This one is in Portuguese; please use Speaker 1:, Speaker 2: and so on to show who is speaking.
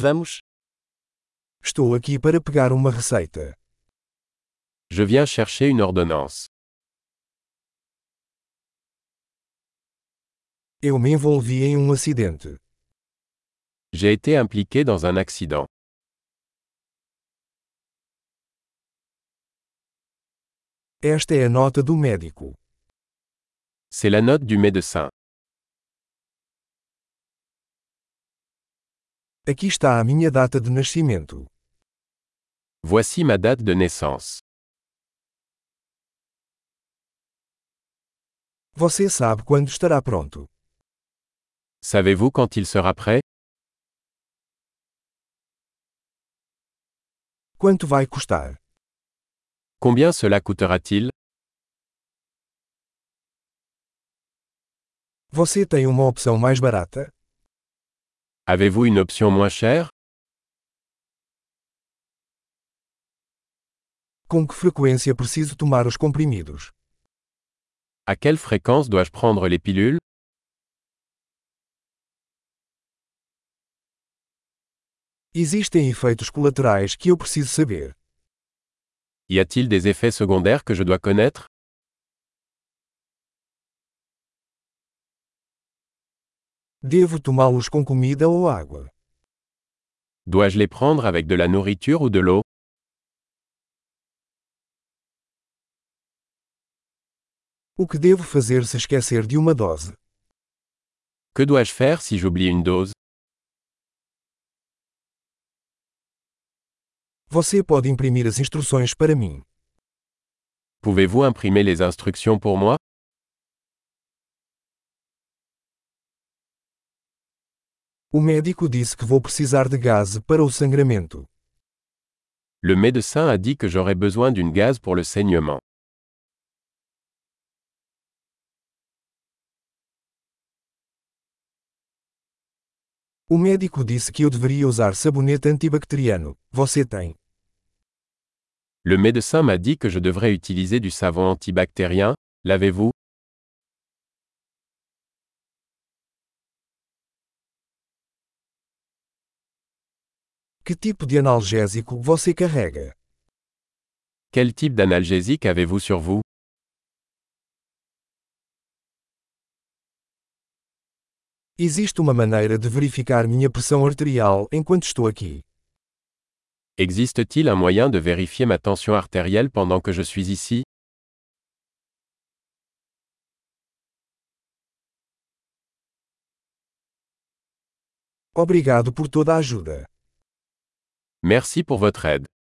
Speaker 1: Vamos.
Speaker 2: Estou aqui para pegar uma receita.
Speaker 3: Je viens chercher une ordonnance.
Speaker 2: Eu me envolvi em um acidente.
Speaker 3: J'ai été impliqué dans un accident.
Speaker 2: Esta é a nota do médico.
Speaker 3: C'est la note du médecin.
Speaker 2: Aqui está a minha data de nascimento.
Speaker 3: Voici ma date de naissance.
Speaker 2: Você sabe quando estará pronto.
Speaker 3: Savez-vous quand il sera prêt
Speaker 2: Quanto vai custar?
Speaker 3: Combien cela coûtera-t-il
Speaker 2: Você tem uma opção mais barata?
Speaker 3: Avez-vous une option moins chère
Speaker 2: Com que frequência preciso tomar os comprimidos?
Speaker 3: À quelle fréquence dois-je prendre les pilules
Speaker 2: Existem efeitos colaterais que eu preciso saber.
Speaker 3: Y a-t-il des effets secondaires que je dois connaître
Speaker 2: Devo tomá-los com comida ou água?
Speaker 3: Dois-je les prendre avec de la nourriture ou de l'eau
Speaker 2: O que devo fazer se esquecer de uma dose?
Speaker 3: Que dois-je faire si j'oublie une dose
Speaker 2: Você pode imprimir as instruções para mim.
Speaker 3: Pouvez-vous imprimer les instructions pour moi
Speaker 2: O médico disse que vou precisar de gás para o sangramento.
Speaker 3: Le médecin a dit que j'aurais besoin d'une gaz pour le saignement.
Speaker 2: O médico disse que eu deveria usar sabonete antibacteriano. Você tem?
Speaker 3: Le médecin m'a dit que je devrais utiliser du savon antibactérien. L'avez-vous
Speaker 2: Que tipo de analgésico você carrega?
Speaker 3: Quel type d'analgésique avez-vous sur vous
Speaker 2: Existe uma maneira de verificar minha pressão arterial enquanto estou aqui.
Speaker 3: Existe-t-il un moyen de vérifier ma tension artérielle pendant que je suis ici
Speaker 2: Obrigado por toda a ajuda.
Speaker 3: Merci pour votre aide.